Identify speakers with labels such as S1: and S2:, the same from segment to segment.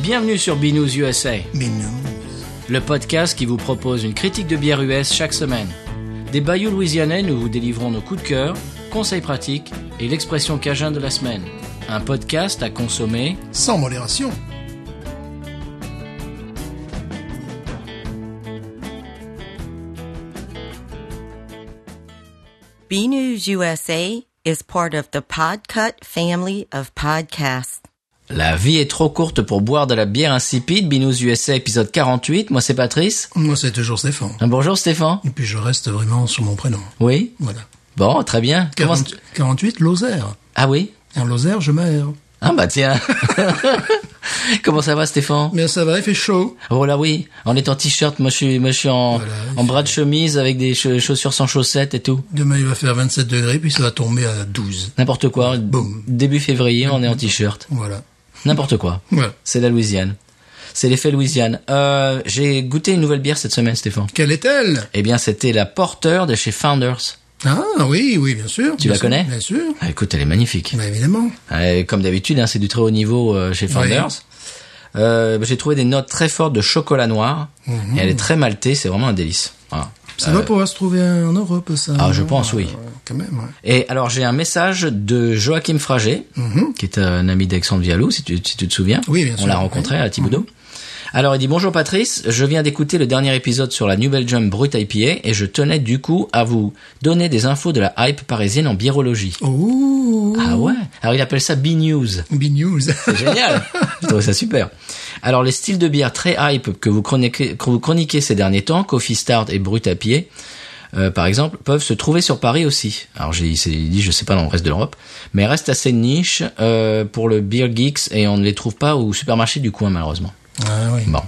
S1: Bienvenue sur Binous USA,
S2: Mais non.
S1: le podcast qui vous propose une critique de bière US chaque semaine. Des bayous louisianais, nous vous délivrons nos coups de cœur, conseils pratiques et l'expression cajun de la semaine. Un podcast à consommer.
S2: Sans modération.
S3: B News USA is part of the Podcut family of podcasts.
S1: La vie est trop courte pour boire de la bière insipide. Binous USA épisode 48. Moi c'est Patrice.
S2: Moi, c'est toujours Stéphane.
S1: Ah, Bonjour Stéphane.
S2: Et puis, je reste vraiment sur mon prénom.
S1: Oui.
S2: Voilà.
S1: Bon, très bien. Comment
S2: 40 48, Lozère.
S1: Ah oui.
S2: En Lozère, je m'aère.
S1: Ah bah tiens. Comment ça va Stéphane
S2: Mais ça va, il fait chaud.
S1: Oh là oui, on est en t-shirt, moi je suis, moi je suis en,
S2: Voilà.
S1: en bras de chemise avec des cha- chaussures sans chaussettes et tout.
S2: Demain, il va faire 27 degrés, puis ça va tomber à 12.
S1: N'importe quoi.
S2: Boum.
S1: Début février, on est en t-shirt.
S2: Voilà.
S1: N'importe quoi.
S2: Voilà.
S1: C'est la Louisiane. C'est l'effet Louisiane. Euh, j'ai goûté une nouvelle bière cette semaine, Stéphane.
S2: Quelle est-elle
S1: Eh bien, c'était la Porter de chez Founders.
S2: Ah, oui, oui, bien sûr.
S1: Tu
S2: Bien
S1: la
S2: sûr,
S1: connais
S2: Bien sûr.
S1: Ah, écoute, elle est magnifique.
S2: Bah, évidemment.
S1: Euh, comme d'habitude, hein, c'est du très haut niveau euh, chez Founders. Euh, j'ai trouvé des notes très fortes de chocolat noir.
S2: Mhm.
S1: Et elle est très maltée, c'est vraiment un délice. Voilà.
S2: Ça va pouvoir se trouver en Europe, ça.
S1: Euh. Ah, je pense, oui.
S2: Euh, Quand même, ouais.
S1: Et alors j'ai un message de Joachim Frager, qui est un ami d'Alexandre Vialou, si tu, si tu te souviens.
S2: Mhm. Oui, Mhm. bien
S1: On
S2: sûr.
S1: l'a rencontré à Thibodeau. Alors il dit bonjour Patrice, je viens d'écouter le dernier épisode sur la New Belgium Brut IPA et je tenais du coup à vous donner des infos de la hype parisienne en biérologie.
S2: Oh,
S1: Ah ouais Alors il appelle ça B-News.
S2: B-News.
S1: C'est génial. Je trouve ça super. Alors, les styles de bière très hype que vous chroniquez, que vous chroniquez ces derniers temps, Coffee Start et Brut à pied, euh, par exemple, peuvent se trouver sur Paris aussi. Alors, j'ai c'est- il dit, je sais pas dans le reste de l'Europe, mais restent assez niche euh, pour le Beer Geeks et on ne les trouve pas au supermarché du coin, malheureusement.
S2: ah, oui.
S1: Bon.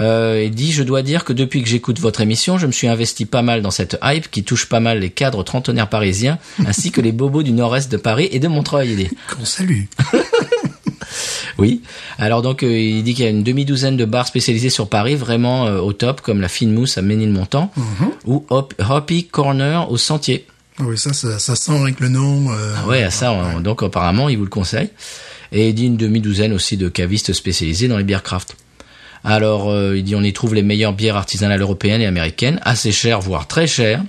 S1: Euh, il dit, je dois dire que depuis que j'écoute votre émission, je me suis investi pas mal dans cette hype qui touche pas mal les cadres trentenaires parisiens, ainsi que les bobos du nord-est de Paris et de Montreuil. Il dit.
S2: Qu'on salue.
S1: Oui. Alors donc euh, il dit qu'il y a une demi-douzaine de bars spécialisés sur Paris vraiment euh, au top comme la Fine Mousse à Ménilmontant ou Hop- Hoppy Corner au Sentier.
S2: Ah Oui, ça, ça, ça sent avec le nom. euh,
S1: Ah ouais, à ça on- donc apparemment il vous le conseille. Et il dit une demi-douzaine aussi de cavistes spécialisés dans les bières craft. Alors euh, il dit on y trouve les meilleures bières artisanales européennes et américaines, assez chères voire très chères.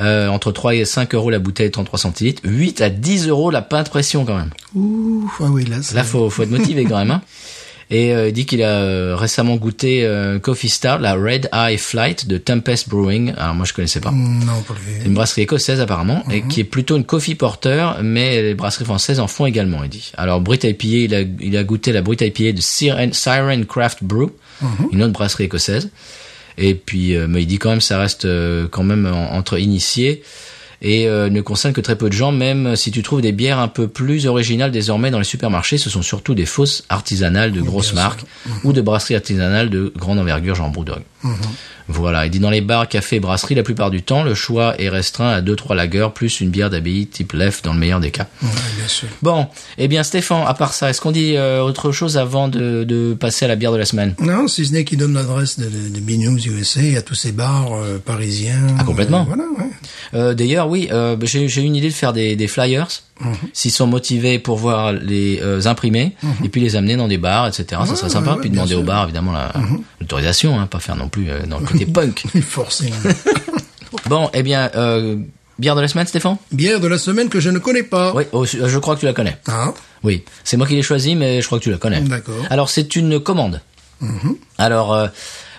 S1: Euh, entre 3 et 5 euros la bouteille 33 centilitres, 8 à 10 euros la pinte pression quand même.
S2: Ouh, ah oui, là, ça-
S1: Là, faut, faut être motivé quand même. hein. Et euh, il dit qu'il a euh, récemment goûté euh, Coffee Star, la Red Eye Flight de Tempest Brewing. Alors moi, je connaissais pas.
S2: Non, pas
S1: C'est une brasserie écossaise apparemment,
S2: Mhm.
S1: et qui est plutôt une coffee porter, mais les brasseries françaises en font également, il dit. Alors Brit IPA, il a, il a goûté la Brit IPA de Siren, Siren Craft Brew,
S2: Mhm.
S1: une autre brasserie écossaise. Et puis, euh, mais il dit quand même, ça reste euh, quand même en- entre initiés et euh, ne concerne que très peu de gens, même euh, si tu trouves des bières un peu plus originales désormais dans les supermarchés, ce sont surtout des fausses artisanales de grosses
S2: bien sûr. Mhm.
S1: marques ou de brasseries artisanales de grande envergure, genre Brewdog. Voilà, il dit dans les bars, cafés, brasseries, la plupart du temps, le choix est restreint à 2-3 lagers plus une bière d'abbaye type Lef dans le meilleur des cas.
S2: Ouais, bien sûr.
S1: Bon, eh bien Stéphane, à part ça, est-ce qu'on dit euh, autre chose avant de, de passer à la bière de la semaine
S2: Non, si ce n'est qu'il donne l'adresse de, de, de B-News USA à tous ces bars euh, parisiens.
S1: Ah, complètement.
S2: Euh, voilà, ouais.
S1: Euh, D'ailleurs, oui, euh, j'ai j'ai eu une idée de faire des, des flyers,
S2: Mhm.
S1: s'ils sont motivés pour voir les euh, imprimer, et puis les amener dans des bars, etc. ça serait
S2: Mhm. ouais,
S1: sympa,
S2: ouais,
S1: puis
S2: bien
S1: demander aux
S2: sûr. Mhm.
S1: bars, évidemment, la- l'autorisation, hein, pas faire non plus euh, dans le côté punk.
S2: Une forcing.
S1: Bon, eh bien, euh, bière de la semaine, Stéphane
S2: Bière de la semaine que je ne connais pas.
S1: Oui, oh, je crois que tu la connais.
S2: Ah,
S1: Oui, c'est moi qui l'ai choisi, mais je crois que tu la connais.
S2: D'accord. Mhm.
S1: Alors c'est une commande. Alors euh,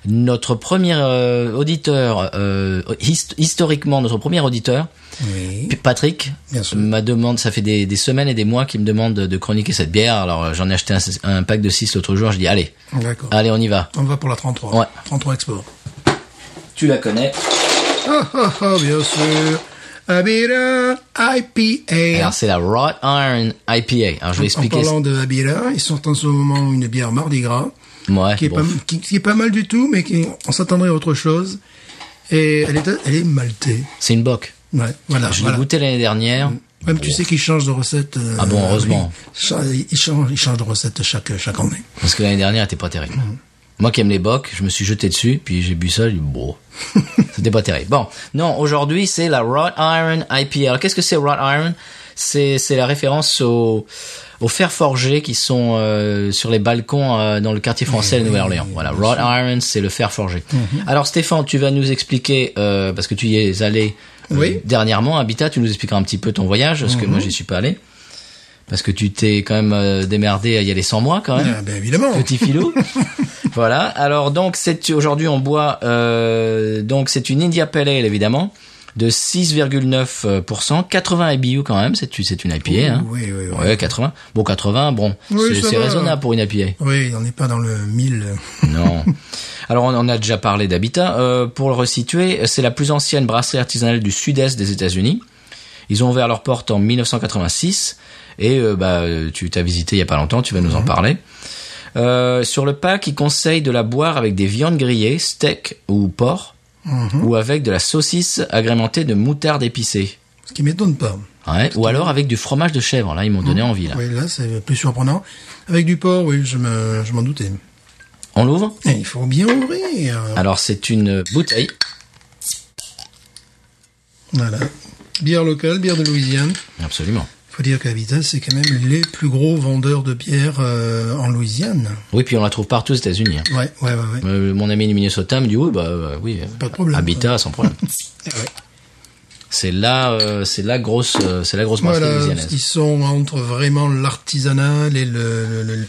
S1: notre premier euh, auditeur, euh, hist- historiquement notre premier auditeur,
S2: oui.
S1: P- Patrick,
S2: Bien sûr.
S1: m'a demande, ça fait des, des semaines et des mois qu'il me demande de, de chroniquer cette bière. Alors euh, j'en ai acheté un, un pack de 6 l'autre jour, je dis allez,
S2: D'accord.
S1: allez on y va.
S2: On va pour la 33.
S1: Ah. Ouais.
S2: 33 Export.
S1: Tu la connais.
S2: Ah, ah, ah, bien sûr. Abira IPA.
S1: Alors c'est la Wrought Iron IPA. Alors je vais
S2: En
S1: expliquer.
S2: parlant de Abira, ils sont en ce moment une bière Mardi Gras.
S1: Ouais,
S2: qui est,
S1: Ah, bon.
S2: pas, qui, qui est pas mal du tout, mais qui, on s'attendrait à autre chose. Et elle est, elle est maltée.
S1: C'est une boc.
S2: Ouais, voilà.
S1: Je
S2: voilà.
S1: l'ai goûté l'année dernière.
S2: Même tu sais qu'ils changent de recette. euh,
S1: Ah bon, heureusement.
S2: oui. Cha- Ils changent, ils changent de recette chaque, chaque année.
S1: Parce que l'année dernière, elle était pas terrible. Moi qui aime les bocs, je me suis jeté dessus, puis j'ai bu ça, j'ai dit, bon, c'était pas terrible. Bon, non, aujourd'hui, c'est la Wrought Iron IPA. Alors, qu'est-ce que c'est Wrought Iron c'est c'est la référence aux aux fers forgés qui sont euh, sur les balcons euh, dans le quartier français de Nouvelle-Orléans. Voilà, wrought iron, c'est le fer forgé. Alors Stéphane, tu vas nous expliquer euh, parce que tu y es allé euh,
S2: Oui.
S1: dernièrement, Habitat, tu nous expliqueras un petit peu ton voyage parce que moi j'y suis pas allé parce que tu t'es quand même euh, démerdé à y aller sans moi quand même.
S2: Ah, ben évidemment.
S1: Petit filou. voilà. Alors donc c'est aujourd'hui on boit euh, donc c'est une India Pale Ale évidemment de 6,9%, 80 IBU quand même, c'est c'est une IPA hein.
S2: Oui, oui, oui.
S1: Ouais, 80. Bon 80, bon,
S2: Oui,
S1: c'est
S2: ça
S1: c'est
S2: va.
S1: raisonnable pour une IPA.
S2: Oui, on n'est pas dans le mille.
S1: Non. Alors on en a déjà parlé d'Habitat. Euh, pour le resituer, c'est la plus ancienne brasserie artisanale du sud-est des États-Unis. Ils ont ouvert leurs portes en 1986 et euh, bah, euh, tu t'as visité il y a pas longtemps, tu vas nous en parler. Euh, sur le pack, ils conseillent de la boire avec des viandes grillées, steak ou porc,
S2: euh, mhm.
S1: ou avec de la saucisse agrémentée de moutarde épicée.
S2: Ce qui m'étonne pas.
S1: Ouais, ou alors avec du fromage de chèvre. Là, ils m'ont donné envie. Là.
S2: Oui, là, c'est plus surprenant. Avec du porc, oui, je me- je m'en doutais.
S1: On l'ouvre
S2: Et il faut bien ouvrir.
S1: Alors c'est une bouteille.
S2: Voilà. Bière locale, bière de Louisiane.
S1: Absolument.
S2: Faut dire qu'Habitat, c'est quand même les plus gros vendeurs de bière euh, en Louisiane.
S1: Oui, puis on la trouve partout aux États-Unis. hein.
S2: Ouais, ouais, ouais, ouais.
S1: Euh, mon ami du Minnesota me dit oui, bah euh, oui, euh,
S2: Pas de problème.
S1: Habitat sans problème.
S2: ouais.
S1: C'est là, euh, c'est la grosse, euh, c'est la grosse brasserie
S2: Voilà,
S1: louisianaise.
S2: ils sont entre vraiment l'artisanal et le, le- le- le-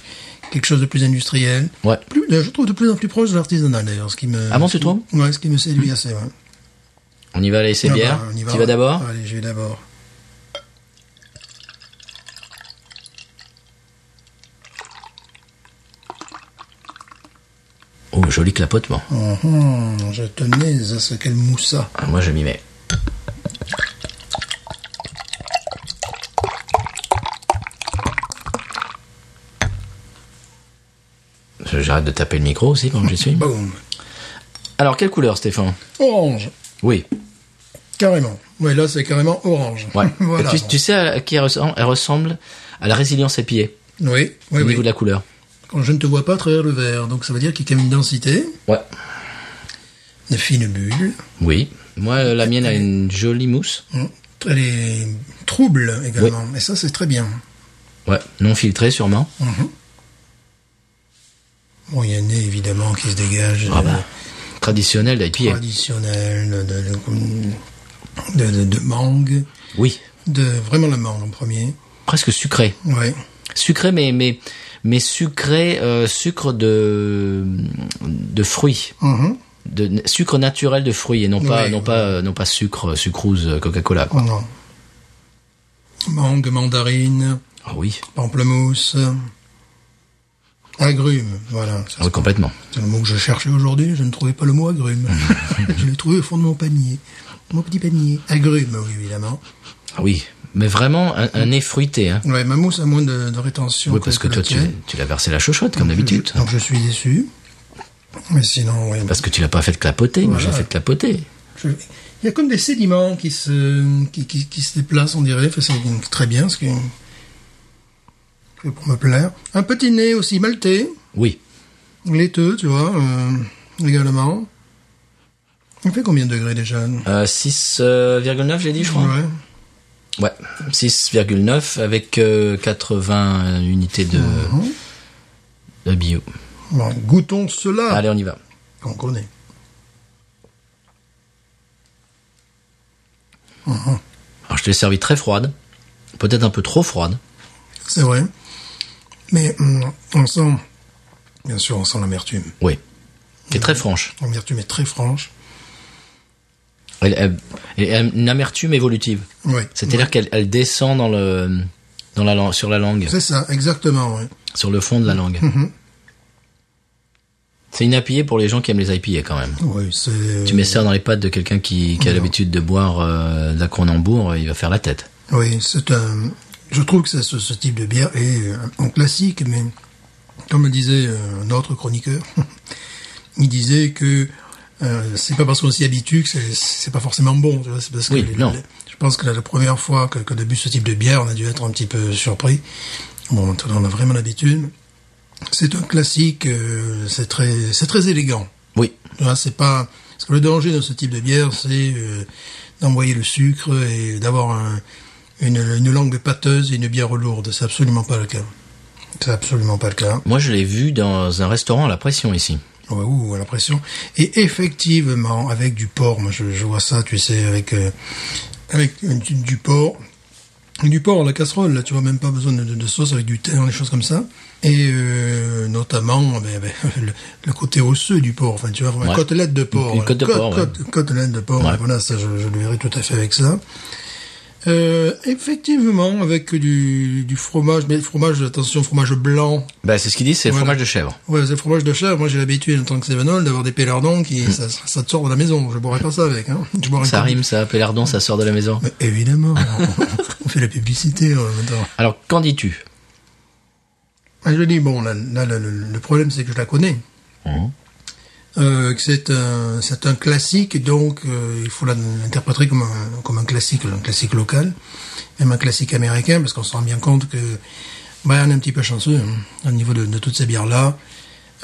S2: quelque chose de plus industriel.
S1: Ouais.
S2: Plus, je trouve de plus en plus proche de l'artisanal d'ailleurs, ce qui me.
S1: Ah bon, tu
S2: ce qui-
S1: trouves
S2: Ouais, ce qui me séduit assez. Ouais.
S1: On y va aller, c'est
S2: Ah
S1: bière.
S2: bah, on y
S1: tu
S2: va,
S1: vas
S2: ouais.
S1: d'abord.
S2: Allez, je vais d'abord.
S1: Oh, joli clapotement.
S2: Uhum, Oh, je tenais à ce qu'elle moussa.
S1: Ah, Moi, je m'y mets. Je- J'arrête de taper le micro aussi pendant que j'y suis.
S2: Boum.
S1: Alors, quelle couleur, Stéphane
S2: Orange,
S1: Oui,
S2: carrément. Ouais, là c'est carrément orange.
S1: ouais.
S2: voilà.
S1: tu, tu sais à qui elle ressemble Elle ressemble à la résilience épiée
S2: Oui, oui,
S1: au
S2: oui.
S1: niveau de la couleur.
S2: Quand je ne te vois pas à travers le verre, donc ça veut dire qu'il y a quand même une densité,
S1: Ouais.
S2: une fine bulle.
S1: Oui. Moi, euh, la mienne a une jolie mousse.
S2: Hum, Elle est trouble également, et ça c'est très bien.
S1: Ouais. Non filtrée, sûrement.
S2: Bon, il y a un nez évidemment qui se dégage,
S1: Ah
S2: euh,
S1: bah. Traditionnelle d'IPA.
S2: traditionnel, de, de- de- de- de mangue,
S1: Oui.
S2: de vraiment la mangue en premier.
S1: Presque sucrée.
S2: Ouais.
S1: Sucré, mais mais mais sucré, euh, sucre de de fruits,
S2: Mhm.
S1: de sucre naturel de fruits et non pas
S2: Ouais,
S1: non
S2: ouais.
S1: pas euh, non pas sucre euh, sucrose euh, Coca-Cola. quoi.
S2: Oh non. Mangue, mandarine,
S1: Ah oui,
S2: pamplemousse, agrumes, voilà. Ça,
S1: Ah oui, complètement.
S2: C'est le mot que je cherchais aujourd'hui, je ne trouvais pas le mot agrumes. je l'ai trouvé au fond de mon panier. Mon petit panier. Agrumes, oui, évidemment.
S1: Ah oui, mais vraiment un, un nez fruité, hein.
S2: Ouais, ma mousse a moins de, de rétention.
S1: Oui,
S2: que-
S1: parce que
S2: que
S1: toi
S2: la
S1: tu
S2: tienne.
S1: tu l'as versé la chochotte comme d'habitude.
S2: Donc je suis déçu. Mais sinon, oui.
S1: Parce que tu l'as pas fait clapoter, moi j'ai
S2: Voilà.
S1: fait clapoter.
S2: Je- Il y a comme des sédiments qui se, qui, qui, qui se déplacent, on dirait. Enfin, c'est donc très bien, ce qui c'est pour me plaire. Un petit nez aussi maltais,
S1: Oui.
S2: laiteux, tu vois, euh, également. Il fait combien de degrés déjà
S1: Euh, 6,9 j'ai dit je crois.
S2: Ouais.
S1: Ouais, 6,9 avec euh, 80 unités de de bio.
S2: Bon, goûtons cela.
S1: Allez, on y va.
S2: On connaît.
S1: Alors, je te l'ai servi très froide, peut-être un peu trop froide.
S2: C'est vrai. Mais hum, on sent, bien sûr, on sent l'amertume.
S1: Oui. Qui est très franche.
S2: L'amertume est très franche.
S1: Elle, elle- elle- une amertume évolutive.
S2: Ouais.
S1: C'est-à-dire qu'elle elle descend dans le, dans la, lan- sur la langue,
S2: C'est ça, exactement. ouais.
S1: sur le fond de la langue. C'est une IPA pour les gens qui aiment les IPA quand même.
S2: Oui, c'est.
S1: Tu mets ça dans les pattes de quelqu'un qui, qui a l'habitude de boire euh, de la Cronenbourg, il va faire la tête.
S2: Oui, c'est un. Je trouve que ça, ce, ce type de bière est euh, un classique, mais comme le disait euh, un autre chroniqueur, il disait que euh, c'est pas parce qu'on s'y habitue que c'est- c'est pas forcément bon. tu vois, C'est parce que
S1: Oui,
S2: le-
S1: non.
S2: le- je pense que la, la première fois que, que de bu ce type de bière, on a dû être un petit peu surpris. Bon, maintenant on a vraiment l'habitude. C'est un classique, euh, c'est très, c'est très élégant.
S1: Oui.
S2: Tu vois, c'est pas parce que le danger de ce type de bière, c'est euh, d'envoyer le sucre et d'avoir un, une, une langue pâteuse et une bière lourde. C'est absolument pas le cas. C'est absolument pas le cas.
S1: Moi, je l'ai vu dans un restaurant à la pression ici.
S2: Ouais, ouh, à la pression. Et effectivement, avec du porc, moi je, je vois ça, tu sais, avec euh, avec euh, du, du porc, du porc à la casserole, là, tu vois, même pas besoin de, de- de sauce avec du thym, des choses comme ça. Et euh, notamment, ben, ben, le, le côté osseux du porc, enfin, tu vois,
S1: Ouais.
S2: une côtelette de porc.
S1: Une
S2: voilà.
S1: côte de
S2: Côte-
S1: porc, ouais.
S2: côte- Côtelette de porc,
S1: Ouais.
S2: voilà, ça, je, je le verrai tout à fait avec ça. Euh, effectivement, avec du, du fromage, mais le fromage, attention, fromage blanc,
S1: Bah, c'est ce qu'ils disent, c'est le
S2: Voilà.
S1: fromage de chèvre.
S2: Ouais, c'est le fromage de chèvre. Moi, j'ai l'habitude, en tant que Sévenol, d'avoir des pélardons qui, ça, ça te sort de la maison. Je boirais pas ça avec, hein. Je boirais
S1: Ça
S2: pas-
S1: rime, ça, Pélardon, ça sort de la maison.
S2: Mais évidemment. on fait la publicité, euh, maintenant.
S1: Alors, qu'en dis-tu
S2: Ah, Je dis, bon, là, là, le, le- le problème, c'est que je la connais.
S1: Mhm.
S2: Euh, que c'est un, c'est un classique, donc, euh, il faut la- l'interpréter comme un, comme un classique, un classique local. Même un classique américain, parce qu'on se rend bien compte que, bah, on est un petit peu chanceux, hein, au niveau de, de toutes ces bières-là.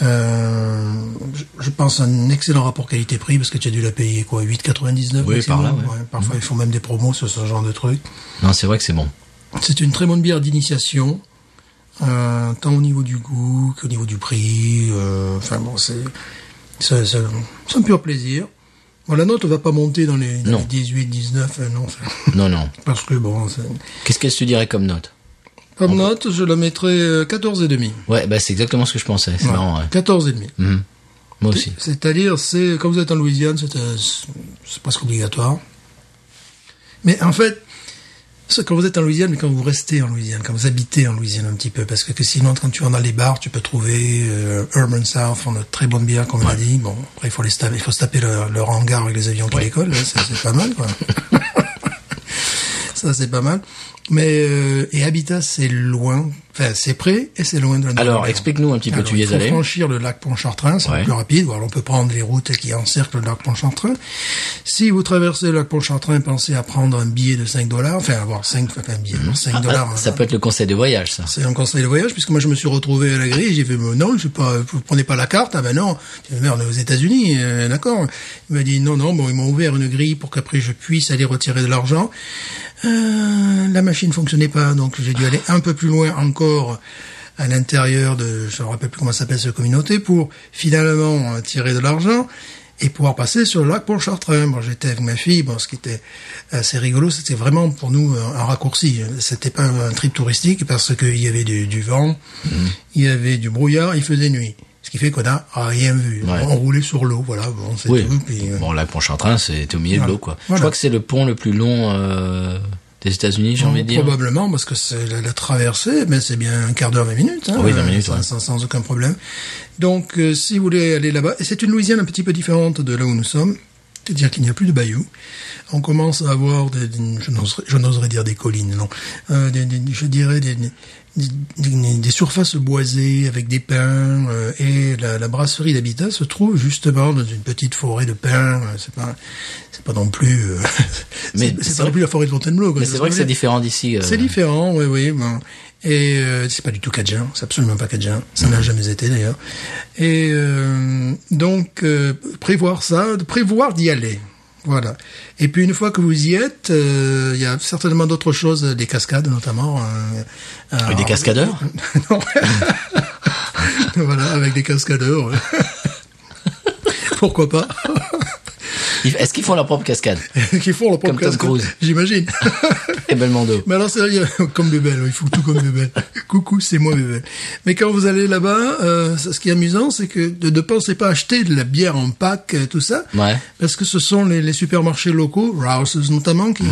S2: Euh, je- je pense un excellent rapport qualité-prix parce que tu as dû la payer quoi 8,99
S1: Oui, par
S2: maximum.
S1: là, ouais.
S2: parfois ils font même des promos sur ce genre de truc.
S1: Non, c'est vrai que c'est bon.
S2: C'est une très bonne bière d'initiation, euh, tant au niveau du goût qu'au niveau du prix. euh, Enfin bon, c'est c'est- c'est- c'est un pur plaisir. Bon, la note va pas monter dans les, dans
S1: Non.
S2: les 18, 19, euh, non. c'est-
S1: Non, non.
S2: Parce que bon, c'est-
S1: Qu'est-ce qu'elle se dirait comme note
S2: comme note, je la mettrais euh, 14,5.
S1: Ouais, bah, c'est exactement ce que je pensais. C'est
S2: Ouais,
S1: marrant, ouais.
S2: 14,5.
S1: Mhm. Moi aussi.
S2: C'est-à-dire, c'est quand vous êtes en Louisiane, c'est euh, c'est- c'est presque obligatoire. Mais en fait, c'est quand vous êtes en Louisiane, mais quand vous restez en Louisiane, quand vous habitez en Louisiane un petit peu, parce que, que sinon, quand tu vas dans les bars, tu peux trouver euh, Urban South font de très bonnes bières, comme on l'a dit. Bon, après, il faut, les se taper- il faut se taper leur, leur hangar avec les avions qui décollent, hein, c'est c'est pas mal, quoi. Ça, c'est pas mal. Mais euh, et Habitat, c'est loin, enfin, c'est près et c'est loin de la
S1: Alors,
S2: Nouvelle-Orléans.
S1: explique-nous un petit peu,
S2: Alors,
S1: tu y
S2: il
S1: es
S2: faut
S1: allé
S2: franchir le lac Pontchartrain, c'est
S1: Ouais.
S2: le plus rapide. Ou alors, on peut prendre les routes qui encerclent le lac Pontchartrain. Si vous traversez le lac Pontchartrain, pensez à prendre un billet de 5 dollars, enfin avoir 5, enfin un billet, non, 5
S1: Ah,
S2: dollars.
S1: ah,
S2: hein.
S1: ça peut être le conseil de voyage, ça.
S2: C'est un conseil de voyage, puisque moi je me suis retrouvé à la grille, j'ai fait, mais non, je sais pas, vous prenez pas la carte, ah ben non, J'ai dit, merde, aux États-Unis, euh, d'accord. Il m'a dit, non, non, bon, ils m'ont ouvert une grille pour qu'après je puisse aller retirer de l'argent. Euh, la machine fonctionnait pas, donc j'ai dû aller un peu plus loin encore à l'intérieur de, je me rappelle plus comment ça s'appelle cette communauté, pour finalement euh, tirer de l'argent et pouvoir passer sur le lac pour Chartrain. Bon, j'étais avec ma fille, bon, ce qui était euh, assez rigolo, c'était vraiment pour nous euh, un raccourci. C'était pas un trip touristique parce qu'il y avait du, du vent,
S1: Mhm.
S2: il y avait du brouillard, il faisait nuit. Ce qui fait qu'on a rien vu.
S1: Ouais.
S2: On roulait sur l'eau, voilà, bon, c'est
S1: Oui.
S2: tout. Puis, euh,
S1: Bon, là, Pontchartrain, c'est au milieu de
S2: Voilà.
S1: l'eau, quoi. Je
S2: Voilà.
S1: crois que c'est le pont le plus long euh, des États-Unis, j'ai envie de dire.
S2: Probablement, parce que c'est la, la traversée, mais c'est bien un quart d'heure, 20 minutes. hein,
S1: Ah oui, 20 minutes,
S2: sans,
S1: ouais.
S2: sans- sans aucun problème. Donc, euh, si vous voulez aller là-bas, et c'est une Louisiane un petit peu différente de là où nous sommes, c'est-à-dire qu'il n'y a plus de bayou. On commence à avoir, des, des- je n'oserais- je n'oserais dire des collines, non, Euh, des- des- je dirais des, des, des- des surfaces boisées avec des pins, euh, et la, la brasserie d'habitat se trouve justement dans une petite forêt de pins. euh, C'est pas, c'est pas non plus, euh,
S1: Mais
S2: c'est-
S1: c'est
S2: c'est pas
S1: vrai-
S2: non plus la forêt de Fontainebleau. quoi,
S1: Mais
S2: tu
S1: c'est
S2: vois
S1: vrai que c'est
S2: ce je veux dire.
S1: différent d'ici. euh,
S2: C'est différent, oui, oui. bon. Et euh, c'est pas du tout cadien, c'est absolument pas cadien. Ça n'a jamais été d'ailleurs. Et euh, donc euh, prévoir ça, de prévoir d'y aller. Voilà. Et puis une fois que vous y êtes, euh, il y a certainement d'autres choses, des cascades notamment. euh,
S1: avec des
S2: euh,
S1: cascadeurs
S2: non. voilà, avec des cascadeurs. ouais. Pourquoi pas
S1: Ils- Est-ce qu'ils font leur propre cascade
S2: Qui font leur propre
S1: Comme Tom
S2: cascade,
S1: Cruise.
S2: J'imagine.
S1: Et Belmondo.
S2: Mais alors sérieux, comme Bébel, il faut tout comme Bébel. Coucou, c'est moi Bébel. Mais quand vous allez là-bas, euh, ça- ce qui est amusant, c'est que de ne pensez pas acheter de la bière en pack, euh, tout ça.
S1: Ouais.
S2: Parce que ce sont les, les supermarchés locaux, Rouse's notamment, qui,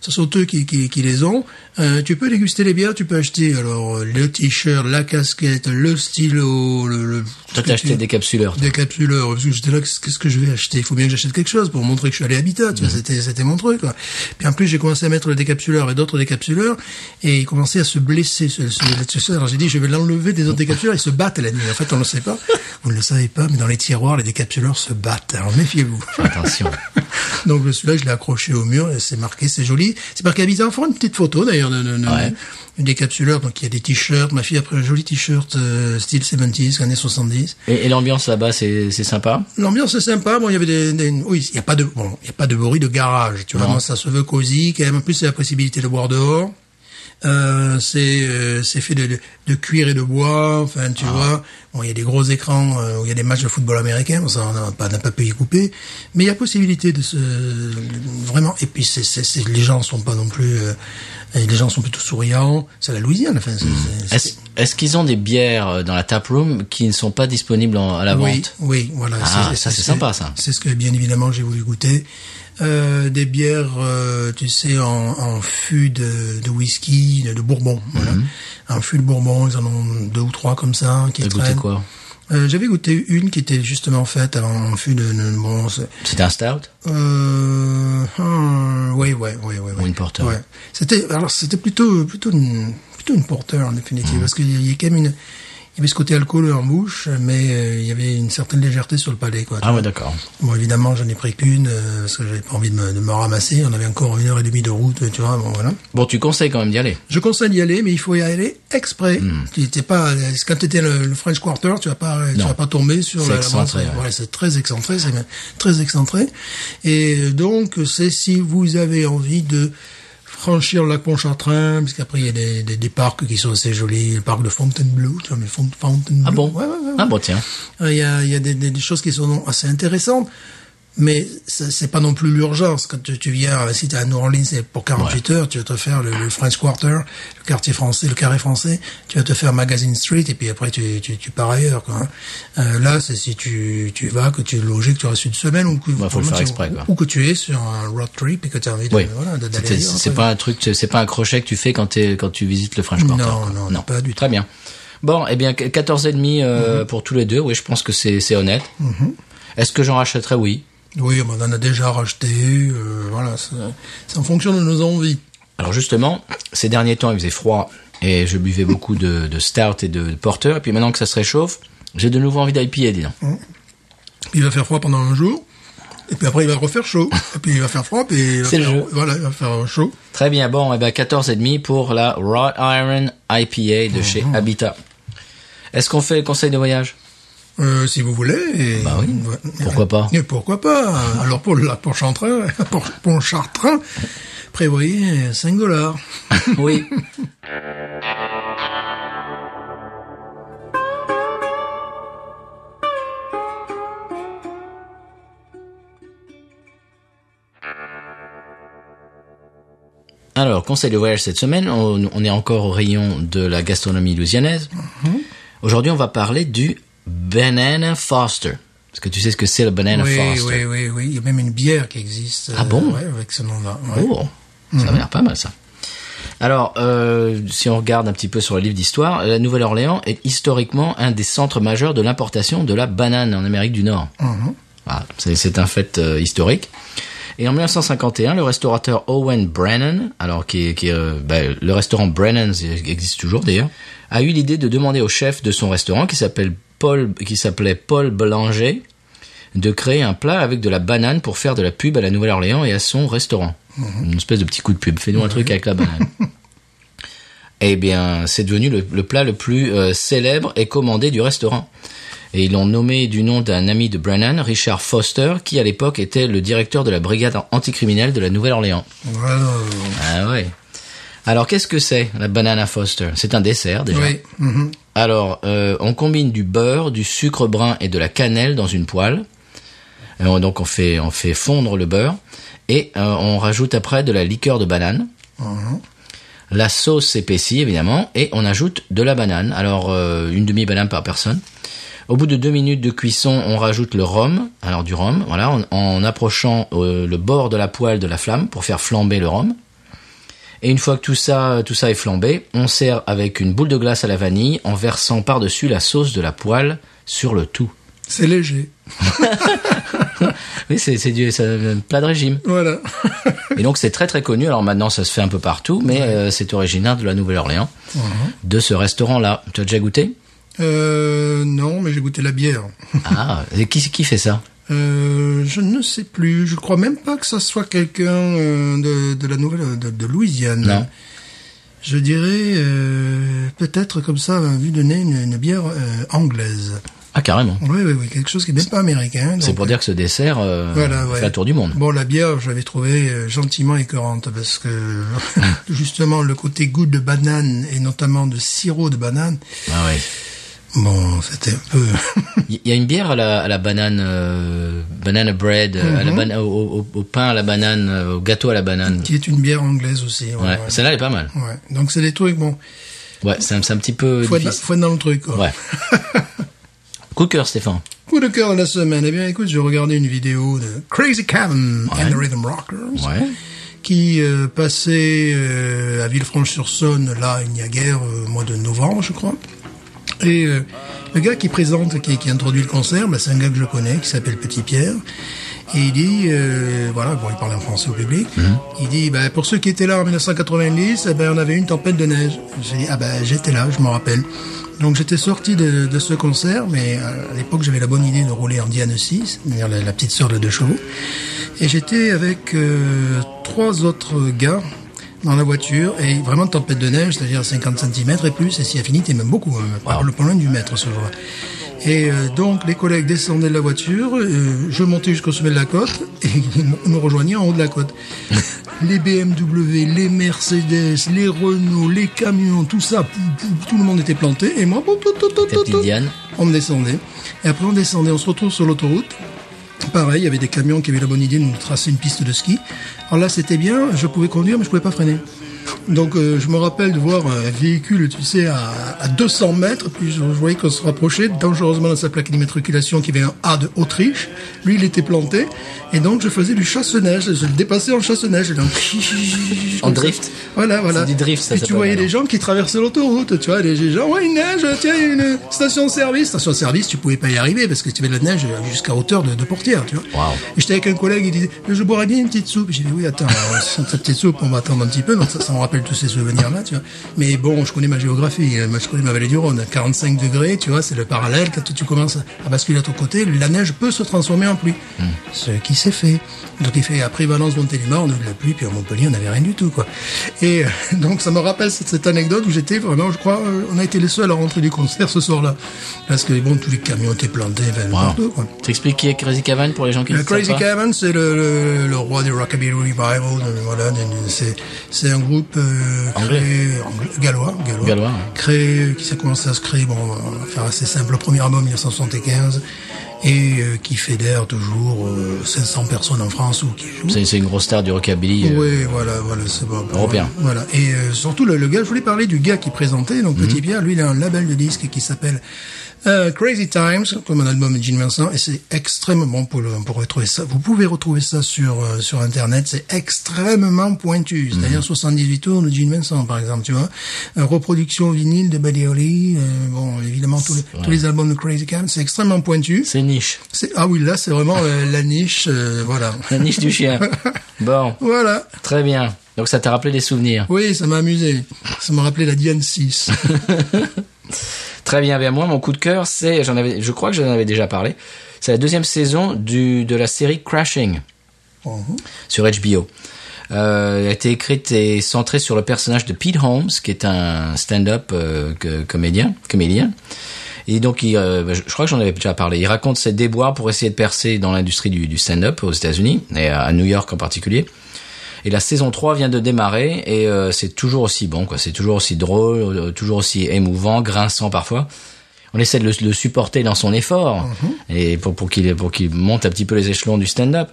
S2: ce sont eux qui, qui, qui les ont. Euh, tu peux déguster les bières, tu peux acheter alors euh, le t-shirt, la casquette, le stylo, le... le
S1: Toi, t'as acheté des capsuleurs. toi.
S2: des capsuleurs, parce que j'étais là, qu'est-ce qu'est-ce que je vais acheter Il faut bien que j'achète quelque chose pour montrer que je suis allé à Habitat, tu vois, c'était, c'était mon truc, quoi. Puis en plus, j'ai commencé à mettre le décapsuleur et d'autres décapsuleurs, et ils commençaient à se blesser, ce- ce- là-dessus. Alors j'ai dit, je vais l'enlever des autres décapsuleurs. Ils se battent la nuit. En fait, on ne le sait pas. Vous ne le savez pas, mais dans les tiroirs, les décapsuleurs se battent. Alors méfiez-vous.
S1: Attention.
S2: Donc le- celui-là, je l'ai accroché au mur. et C'est marqué, c'est joli. C'est marqué Habitat Enfant. Une petite photo d'ailleurs de, de- de-
S1: Ouais.
S2: du décapsuleur. Donc il y a des t-shirts. Ma fille a pris un joli t-shirt euh, style 70s, années 70.
S1: Et, et l'ambiance là-bas, c'est c'est sympa.
S2: L'ambiance est sympa. Bon, il y avait des, des- oui, il y a pas de bon, il y a pas de bruit de garage. Tu vois,
S1: Non.
S2: Non, ça se veut cosy quand même. En plus, c'est la possibilité de boire dehors. Euh, c'est euh, c'est fait de, de, de cuir et de bois. Enfin,
S1: Ah.
S2: tu vois. Bon, il y a des gros écrans euh, où il y a des matchs de football américain. Bon, ça, on n'a pas, on n'a pas pu y couper. Mais il y a possibilité de se vraiment. Et puis, c'est c'est- c'est- les gens sont pas non plus. euh, les gens sont plutôt souriants. C'est la Louisiane. Enfin, c'est- c'est-
S1: Mmh. Est-ce est-ce qu'ils ont des bières euh, dans la tap room qui ne sont pas disponibles en- à la
S2: Oui,
S1: vente
S2: oui, voilà.
S1: Ah, ça, c'est
S2: ce que-
S1: sympa, ça.
S2: C'est ce que bien évidemment j'ai voulu goûter. Euh, des bières, euh, tu sais, en, en fût de, de whisky, de, de bourbon.
S1: Mhm.
S2: Voilà. Un fût de bourbon, ils en ont deux ou trois comme ça. qui
S1: T'as goûté
S2: traînent.
S1: quoi
S2: Euh, J'avais goûté une qui était justement faite en fût de, de bourbon. c'est-
S1: C'était un stout
S2: euh, hum, ouais, ouais, ouais, ouais.
S1: Ou
S2: ouais.
S1: une porteur.
S2: Ouais. C'était, alors c'était plutôt, plutôt une, plutôt une porteur en définitive,
S1: Mhm.
S2: parce qu'il y a quand même une, il y avait ce côté alcool en bouche, mais euh, il y avait une certaine légèreté sur le palais, quoi. tu
S1: Ah
S2: vois.
S1: ouais, d'accord.
S2: Bon, évidemment, j'en ai pris qu'une euh, parce que j'avais pas envie de me, de me ramasser. On avait encore une heure et demie de route, tu vois. Bon, voilà.
S1: Bon, tu conseilles quand même d'y aller.
S2: Je conseille d'y aller, mais il faut y aller exprès.
S1: Hmm.
S2: Tu étais pas quand t'étais le, le French Quarter, tu vas pas, tu
S1: Non.
S2: vas pas tomber sur
S1: C'est
S2: la, la
S1: excentré,
S2: bande-
S1: ouais.
S2: Ouais, c'est très excentré, c'est même très excentré. Et donc c'est si vous avez envie de franchir le lac Pontchartrain, parce qu'après il y a des, des, des parcs qui sont assez jolis, le parc de Fontainebleau, tu vois, mais Font- Fontainebleau.
S1: Ah bon
S2: Ouais, ouais, ouais, ouais.
S1: Ah bon, tiens.
S2: Euh, Il y a, il y a des, des- des choses qui sont assez intéressantes, mais ça- c'est pas non plus l'urgence. Quand tu, tu viens, euh, si t'es à New Orleans et pour 48 heures, tu vas te faire le, le French Quarter, le quartier français, le carré français, tu vas te faire Magazine Street et puis après tu, tu, tu pars ailleurs. Quoi, hein. Euh, là, c'est si tu, tu vas, que tu es logé, que tu restes une semaine ou que,
S1: Bah, faut le
S2: vraiment,
S1: faire
S2: tu-
S1: exprès, quoi.
S2: ou que tu es sur un road trip et que tu as envie de,
S1: Oui.
S2: voilà, de- d'aller
S1: C'était-
S2: ailleurs,
S1: c'est
S2: quoi.
S1: pas un truc, c'est pas un crochet que tu fais quand, t'es- quand tu visites le French Quarter.
S2: Non,
S1: quoi.
S2: non, pas du tout. Mhm.
S1: Très bien. Bon, eh bien, 14 et demi euh, pour tous les deux. Oui, je pense que c'est c'est honnête. Est-ce que j'en rachèterais Oui.
S2: Oui, on en a déjà racheté. euh, voilà, c'est c'est en fonction de nos envies.
S1: Alors justement, ces derniers temps, il faisait froid et je buvais beaucoup de, de stout et de, de porter. Et puis maintenant que ça se réchauffe, j'ai de nouveau envie d'IPA, dis donc.
S2: Mhm. Il va faire froid pendant un jour, et puis après il va refaire chaud, et puis il va faire froid, puis il va
S1: C'est le
S2: faire,
S1: jeu.
S2: voilà, il va faire chaud.
S1: Très bien, bon, eh ben 14 et demi pour la Wrought Iron IPA
S2: Mhm.
S1: de chez Habitat. Est-ce qu'on fait le conseil de voyage
S2: Euh, si vous voulez. et-
S1: Bah oui.
S2: Ouais.
S1: Pourquoi pas
S2: Et pourquoi pas Alors pour le lac Pontchartrain, pour, Pontchartrain, prévoyez 5 dollars.
S1: Oui. Alors, conseil de voyage cette semaine, on, on est encore au rayon de la gastronomie louisianaise.
S2: Mhm.
S1: Aujourd'hui, on va parler du Banana Foster. Parce que tu sais ce que c'est le Banana
S2: oui,
S1: Foster.
S2: oui, oui, oui. Il y a même une bière qui existe.
S1: Ah
S2: euh,
S1: bon
S2: ouais, Avec ce nom-là. ouais.
S1: Oh, ça m'a l'air pas mal ça. Alors, euh, si on regarde un petit peu sur le livre d'histoire, la Nouvelle-Orléans est historiquement un des centres majeurs de l'importation de la banane en Amérique du Nord. Voilà, c'est- c'est un fait euh, historique. Et en 1951, le restaurateur Owen Brennan, alors qui, est- qui est, euh, ben, le restaurant Brennan's existe toujours d'ailleurs, a eu l'idée de demander au chef de son restaurant qui s'appelle Paul, qui s'appelait Paul Belanger, de créer un plat avec de la banane pour faire de la pub à la Nouvelle-Orléans et à son restaurant. Une espèce de petit coup de pub. Fais-nous un truc avec la banane. Eh bien, c'est devenu le, le plat le plus euh, célèbre et commandé du restaurant. Et ils l'ont nommé du nom d'un ami de Brennan, Richard Foster, qui à l'époque était le directeur de la brigade anticriminelle de la Nouvelle-Orléans.
S2: Voilà.
S1: Ah ouais. Alors qu'est-ce que c'est la banana Foster C'est un dessert déjà.
S2: Oui. mhm.
S1: Alors, euh, on combine du beurre, du sucre brun et de la cannelle dans une poêle. Et on- donc, on fait, on fait fondre le beurre et euh, on rajoute après de la liqueur de banane. La sauce s'épaissit évidemment et on ajoute de la banane. Alors, euh, une demi-banane par personne. Au bout de deux minutes de cuisson, on rajoute le rhum. Alors, du rhum, voilà, en, en approchant euh, le bord de la poêle de la flamme pour faire flamber le rhum. Et une fois que tout ça, tout ça est flambé, on sert avec une boule de glace à la vanille en versant par-dessus la sauce de la poêle sur le tout.
S2: C'est léger.
S1: oui, c'est c'est du c'est un plat de régime.
S2: Voilà.
S1: Et donc c'est très très connu. Alors maintenant ça se fait un peu partout, mais euh, c'est originaire de la Nouvelle-Orléans, de ce restaurant-là. Tu as déjà goûté
S2: Euh, non, mais j'ai goûté la bière.
S1: Ah, et qui qui fait ça
S2: Euh, je ne sais plus. Je crois même pas que ça soit quelqu'un euh, de, de la nouvelle de, de Louisiane.
S1: Non.
S2: Je dirais euh, peut-être comme ça, à vue de nez, une, une bière euh, anglaise.
S1: Ah carrément.
S2: Oui, oui, oui, quelque chose qui n'est même pas américain. hein,
S1: C'est
S2: donc,
S1: pour dire que ce dessert euh,
S2: Voilà, ouais.
S1: fait la tour du monde.
S2: Bon, la bière, je l'avais trouvée euh, gentiment écœurante parce que justement le côté goût de banane et notamment de sirop de banane,
S1: Ah ouais.
S2: bon, c'était un peu.
S1: Il y a une bière à la, à la banane, euh, banana bread, euh, à la bana- au, au- au pain à la banane, euh, au gâteau à la banane.
S2: qui est Mm-hmm. une bière anglaise aussi.
S1: Ouais,
S2: ouais.
S1: celle-là elle est pas mal.
S2: Ouais. Donc c'est des trucs bon,
S1: Ouais, c'est un, c'est un petit peu
S2: faut être,
S1: difficile.
S2: faut être dans le truc. Quoi.
S1: Ouais. Coup de cœur, Stéphane.
S2: Coup de cœur de la semaine. Eh bien, écoute, j'ai regardé une vidéo de Crazy Cavern and the Rhythm Rockers
S1: Ouais.
S2: qui euh, passait euh, à Villefranche-sur-Saône, là, il n'y a guère, euh, au mois de novembre, je crois. Et euh, le gars qui présente, qui, qui introduit le concert, bah, c'est un gars que je connais, qui s'appelle Petit Pierre. Et il dit, euh, voilà, bon, il parle en français au public. Il dit, bah, pour ceux qui étaient là en 1990, eh ben, on avait eu une tempête de neige. J'ai dit, ah ben, j'étais là, je m'en rappelle. Donc j'étais sorti de, de ce concert, mais euh, à l'époque j'avais la bonne idée de rouler en Diane 6, c'est-à-dire la, la petite sœur de deux chevaux. Et j'étais avec euh, trois autres gars dans la voiture et vraiment tempête de neige, c'est-à-dire 50 cm et plus, et si affinité même beaucoup, hein, par le problème du mètre ce jour-là. Et euh, donc les collègues descendaient de la voiture, euh, je montais jusqu'au sommet de la côte et ils nous rejoignaient en haut de la côte. les BMW, les Mercedes, les Renault, les camions, tout ça, pou- pou- tout le monde était planté et moi, pou- pou- pou-
S1: Ta
S2: pou-
S1: petite
S2: pou-
S1: Diane.
S2: on descendait. Et après, on descendait, on se retrouve sur l'autoroute. Pareil, il y avait des camions qui avaient la bonne idée de nous tracer une piste de ski. Alors là, c'était bien, je pouvais conduire, mais je pouvais pas freiner. Donc, euh, je me rappelle de voir un véhicule, tu sais, à, à 200 mètres, puis je, je voyais qu'on se rapprochait dangereusement dans sa plaque d'immatriculation qui avait un A de Autriche. Lui, il était planté, et donc je faisais du chasse-neige, je le dépassais en chasse-neige, et donc...
S1: En drift.
S2: Voilà, voilà.
S1: du drift, ça
S2: Et tu
S1: s'appelle
S2: voyais
S1: maintenant.
S2: les gens qui traversaient l'autoroute, tu vois, les gens, ouais, il neige, tiens, il y a une station-service. Station-service, tu pouvais pas y arriver parce que tu avais de la neige jusqu'à hauteur de, de portière, tu vois.
S1: Waouh.
S2: Et j'étais avec un collègue, il disait, je boirais bien une petite soupe. J'ai dit, oui, attends, euh, sans ta petite soupe, on va attendre un petit peu. Donc ça, ça me rappelle tous ces souvenirs-là, tu vois. Mais bon, je connais ma géographie, euh, moi, je connais ma vallée du Rhône. 45 degrés, tu vois, c'est le parallèle. Quand tu commences à basculer à ton côté, la neige peut se transformer en pluie. Ce qui s'est fait. Donc il fait, après Valence, Montélimar, on a eu de la pluie, puis à Montpellier, on n'avait rien du tout, quoi. Et euh, donc ça me rappelle cette, cette anecdote où j'étais vraiment, je crois, euh, on a été les seuls à rentrer du concert ce soir-là. Parce que bon, tous les camions étaient plantés, ben, partout, quoi.
S1: T'expliques qui est Crazy Cavan pour les gens qui ne
S2: Le Euh, Crazy
S1: savent pas
S2: Cavan, c'est le, le, le roi du rockabilly revival. de- voilà, de- de- c'est c'est un groupe euh,
S1: Anglais.
S2: créé- anglais- gallois, gallois,
S1: Gallois, ouais.
S2: créé qui s'est commencé à se créer. Bon, on va faire assez simple. Le premier album 1975 et euh, qui fédère toujours euh, 500 personnes en France ou qui jouent.
S1: C'est c'est une grosse star du rockabilly. euh,
S2: Oui, voilà, voilà, c'est bon.
S1: Européen.
S2: Voilà. Et euh, surtout, le, le gars, je voulais parler du gars qui présentait, donc Petit Pierre, lui, il a un label de disques qui s'appelle euh, Crazy Times, comme un album de Gene Vincent, et c'est extrêmement, bon, pour, le- pour retrouver ça, vous pouvez retrouver ça sur euh, sur Internet, c'est extrêmement pointu, c'est-à-dire 78 tours de Gene Vincent, par exemple, tu vois. Euh, reproduction vinyle de Badioli, euh, bon, évidemment, tous les, tous les albums de Crazy Times, c'est extrêmement pointu.
S1: C'est niche.
S2: C'est- Ah oui, là, c'est vraiment euh, la niche, euh, voilà.
S1: La niche du chien. Bon,
S2: Voilà.
S1: très bien. Donc ça t'a rappelé des souvenirs.
S2: Oui, ça m'a amusé. Ça m'a rappelé la Diane 6.
S1: Très bien, bien moi, mon coup de cœur, c'est, j'en avais, je crois que j'en avais déjà parlé, c'est la deuxième saison du, de la série Crashing
S2: Oh, hein.
S1: sur HBO. Euh, elle a été écrite et centrée sur le personnage de Pete Holmes, qui est un stand-up euh, que- comédien, comédien. Et donc, il, euh, je je crois que j'en avais déjà parlé. Il raconte ses déboires pour essayer de percer dans l'industrie du, du stand-up aux États-Unis, et à New York en particulier. Et la saison 3 vient de démarrer et euh, c'est toujours aussi bon, quoi. C'est toujours aussi drôle, euh, toujours aussi émouvant, grinçant parfois. On essaie de le, le supporter dans son effort et pour, pour qu'il pour qu'il monte un petit peu les échelons du stand-up.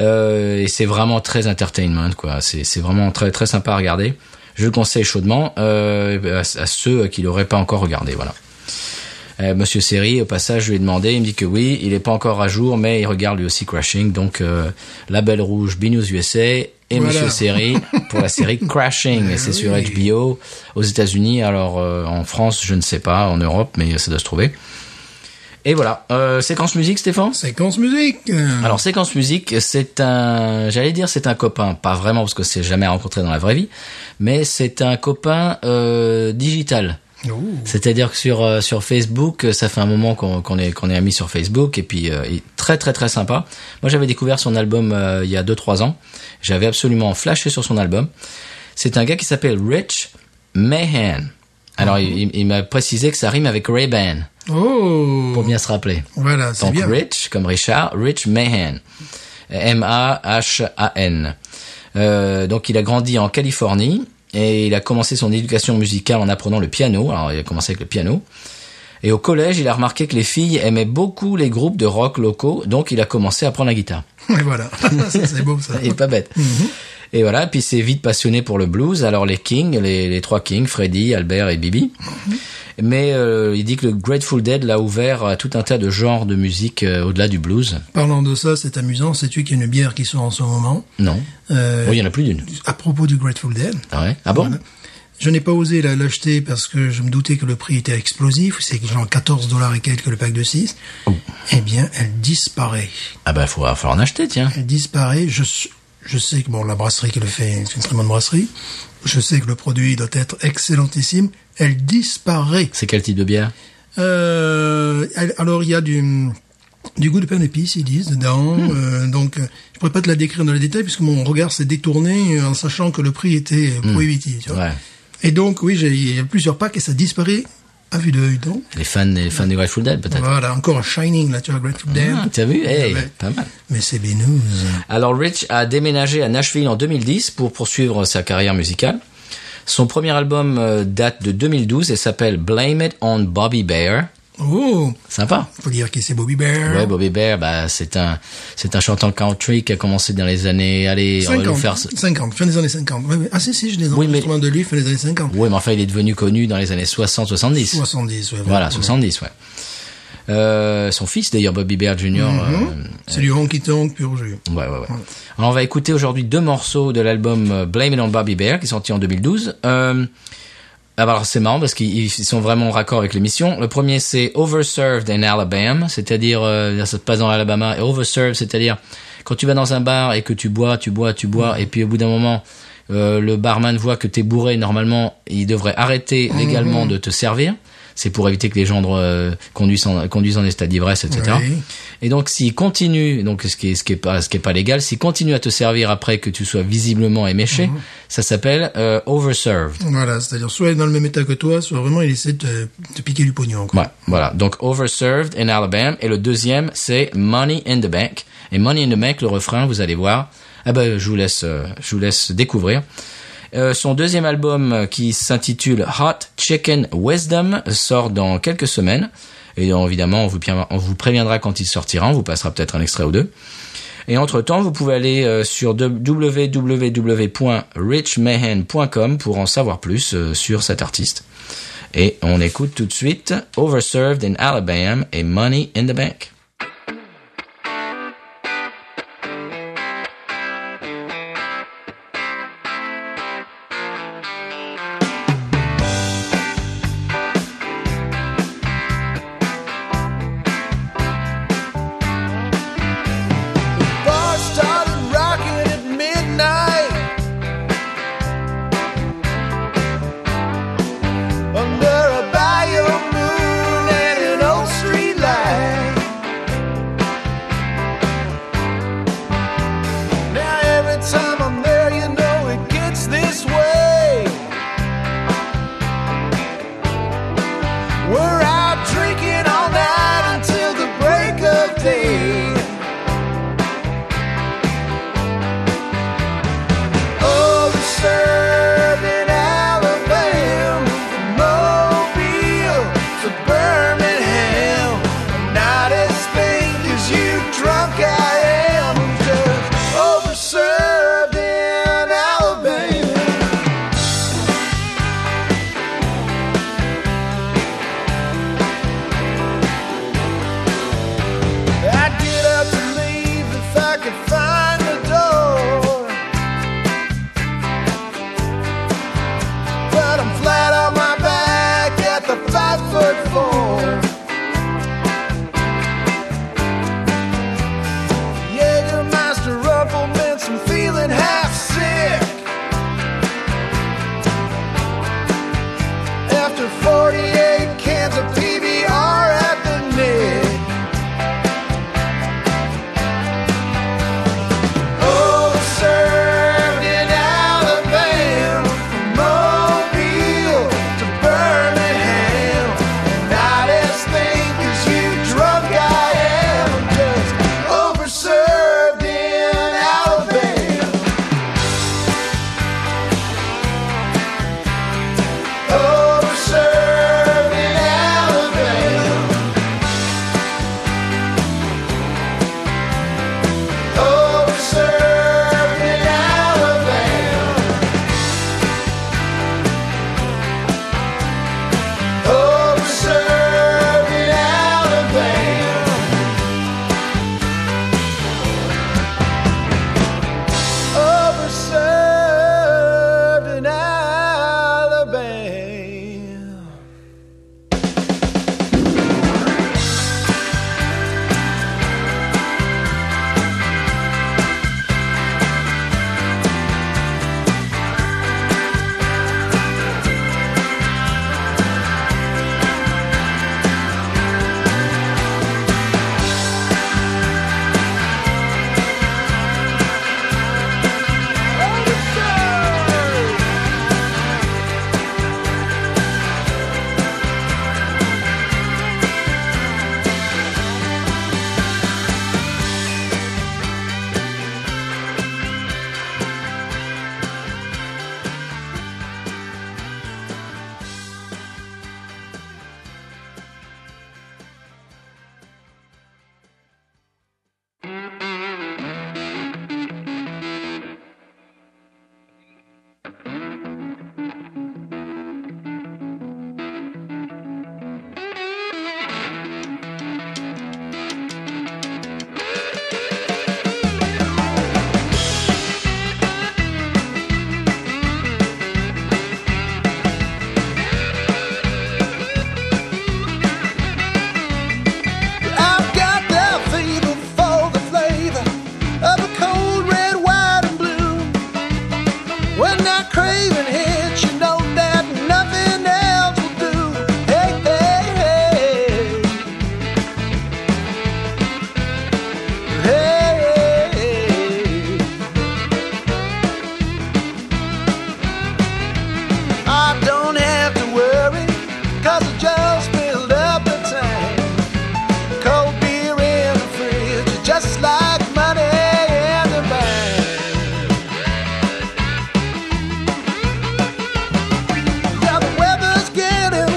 S1: Euh, et c'est vraiment très entertainment, quoi. C'est c'est vraiment très très sympa à regarder. Je le conseille chaudement euh, à, à ceux qui l'auraient pas encore regardé, voilà. Euh, Monsieur Seri, au passage, je lui ai demandé, il me dit que oui, il est pas encore à jour, mais il regarde lui aussi Crashing, donc euh, Label Rouge, BNews USA et
S2: Voilà.
S1: Monsieur Seri pour la série Crashing, et c'est sur
S2: oui.
S1: HBO aux États-Unis, alors euh, en France, je ne sais pas, en Europe, mais ça doit se trouver. Et voilà. Euh, séquence musique, Stéphane
S2: Séquence musique.
S1: Alors séquence musique, c'est un, j'allais dire c'est un copain, pas vraiment parce que c'est jamais rencontré dans la vraie vie, mais c'est un copain euh, digital.
S2: Ouh.
S1: C'est-à-dire que sur euh, sur Facebook, euh, ça fait un moment qu'on qu'on est qu'on est amis sur Facebook et puis euh, il est très très très sympa. Moi, j'avais découvert son album euh, il y a 2 3 ans. J'avais absolument flashé sur son album. C'est un gars qui s'appelle Rich Mahan. Alors, il, il- il m'a précisé que ça rime avec Ray-Ban
S2: Oh.
S1: pour bien se rappeler.
S2: Voilà, c'est
S1: Donc
S2: bien.
S1: Rich, comme Richard, Rich Mahan. M-A-H-A-N. Euh, donc il a grandi en Californie et il a commencé son éducation musicale en apprenant le piano. Alors il a commencé avec le piano. Et au collège, il a remarqué que les filles aimaient beaucoup les groupes de rock locaux, donc il a commencé à prendre la guitare.
S2: Et voilà. Ça, c'est beau, ça.
S1: Et pas bête.
S2: Mhm.
S1: Et voilà, puis c'est vite passionné pour le blues. Alors les Kings, les, les trois Kings, Freddy, Albert et Bibi.
S2: Mhm.
S1: Mais euh, il dit que le Grateful Dead l'a ouvert à tout un tas de genres de musique euh, au-delà du blues.
S2: Parlant de ça, c'est amusant. Sais-tu qu'il y a une bière qui sort en ce moment
S1: Non.
S2: Euh,
S1: Oui, il y en a plus d'une.
S2: À propos du Grateful Dead,
S1: Ah, ouais. ah bon
S2: je n'ai pas osé la- l'acheter parce que je me doutais que le prix était explosif. C'est genre 14 dollars et quelques le pack de 6.
S1: Oh.
S2: Eh bien, elle disparaît.
S1: Ah bah, faut, faut en acheter, tiens.
S2: Elle disparaît. Je, s- je sais que bon, la brasserie qui le fait, c'est une très bonne brasserie. Je sais que le produit doit être excellentissime. Elle disparaît.
S1: C'est quel type de bière
S2: Euh, elle- alors il y a du du goût de pain d'épices, ils disent dedans.
S1: Hmm.
S2: Euh, donc euh, je pourrais pas te la décrire dans les détails puisque mon regard s'est détourné euh, en sachant que le prix était euh, prohibitif. tu vois.
S1: Hmm. Ouais.
S2: Et donc oui, j'ai- il y a plusieurs packs et ça disparaît à vue d'œil. Donc
S1: Les fans, les fans des Grateful Dead, peut-être.
S2: voilà, encore un shining là, tu vois, Grateful Dead.
S1: Ah, T'as vu Eh,
S2: Ouais.
S1: pas mal.
S2: Mais c'est Benous.
S1: Alors Rich a déménagé à Nashville en 2010 pour poursuivre sa carrière musicale. Son premier album euh, date de 2012 et s'appelle Blame It on Bobby Bear.
S2: Oh,
S1: Sympa.
S2: faut dire que c'est Bobby Bear.
S1: Ouais, Bobby Bear, bah, c'est un, c'est un chantant country qui a commencé dans les années, allez, on va nous
S2: 50,
S1: faire,
S2: 50, fin des années 50. Ouais, ouais. Ah si, si, j'ai des
S1: Oui, mais-
S2: enregistrements de lui, fin des années 50.
S1: ouais, mais enfin, il est devenu connu dans les années 60, 70.
S2: 70, ouais,
S1: Voilà,
S2: ouais.
S1: 70, ouais. Euh, son fils d'ailleurs, Bobby Bear Jr. euh,
S2: C'est du honky tonk pur jus.
S1: Ouais, ouais, ouais. Alors, on va écouter aujourd'hui deux morceaux de l'album euh, Blame It on Bobby Bear qui est sorti en 2012. Euh, ah bah alors c'est marrant parce qu'ils ils sont vraiment en raccord avec l'émission. Le premier c'est Overserved in Alabama, c'est-à-dire euh, ça se passe dans l'Alabama et Overserved, c'est-à-dire quand tu vas dans un bar et que tu bois, tu bois, tu bois et puis au bout d'un moment euh, le barman voit que t'es bourré, normalement il devrait arrêter légalement de te servir. C'est pour éviter que les gens euh, conduisent, en, conduisent en état d'ivresse, etc.
S2: Oui.
S1: Et donc, s'il continue, donc ce qui est, ce qui est pas, ce qui est pas légal, s'il continue à te servir après que tu sois visiblement éméché, ça s'appelle euh, overserved.
S2: Voilà, c'est-à-dire soit il est dans le même état que toi, soit vraiment il essaie de te, te piquer du pognon. Quoi.
S1: Ouais, voilà. Donc, overserved in Alabama. Et le deuxième, c'est money in the bank. Et money in the bank, le refrain, vous allez voir. Ah ben, je vous laisse, euh, je vous laisse découvrir. Euh, son deuxième album euh, qui s'intitule Hot Chicken Wisdom sort dans quelques semaines. Et donc, évidemment, on vous, préviendra- on vous préviendra quand il sortira. On vous passera peut-être un extrait ou deux. Et entre-temps, vous pouvez aller euh, sur de- www.richmahan.com pour en savoir plus euh, sur cet artiste. Et on écoute tout de suite Overserved in Alabama et Money in the Bank.
S4: bar started rocking at midnight. Under a bayou moon and an old street light. Now every time I'm there, you know it gets this way. We're out drinking all night until the break of day. Oh, Overserved Alabama, Mobile to Birmingham. I'm not as big as you drunk I am, just overserved in Alabama. Oh,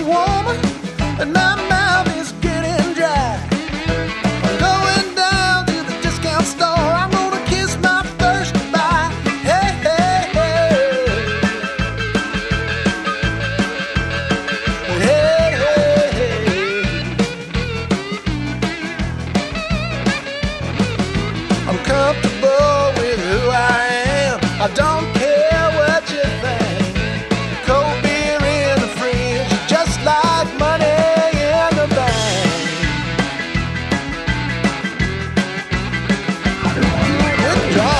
S4: and my mouth is getting dry. I'm going down to the discount store. I'm gonna kiss my first goodbye. Hey, hey, hey. Hey, hey, hey. I'm comfortable with who I am. I don't care what you think. Cold beer in the fridge, just like money in the bank. Withdraw.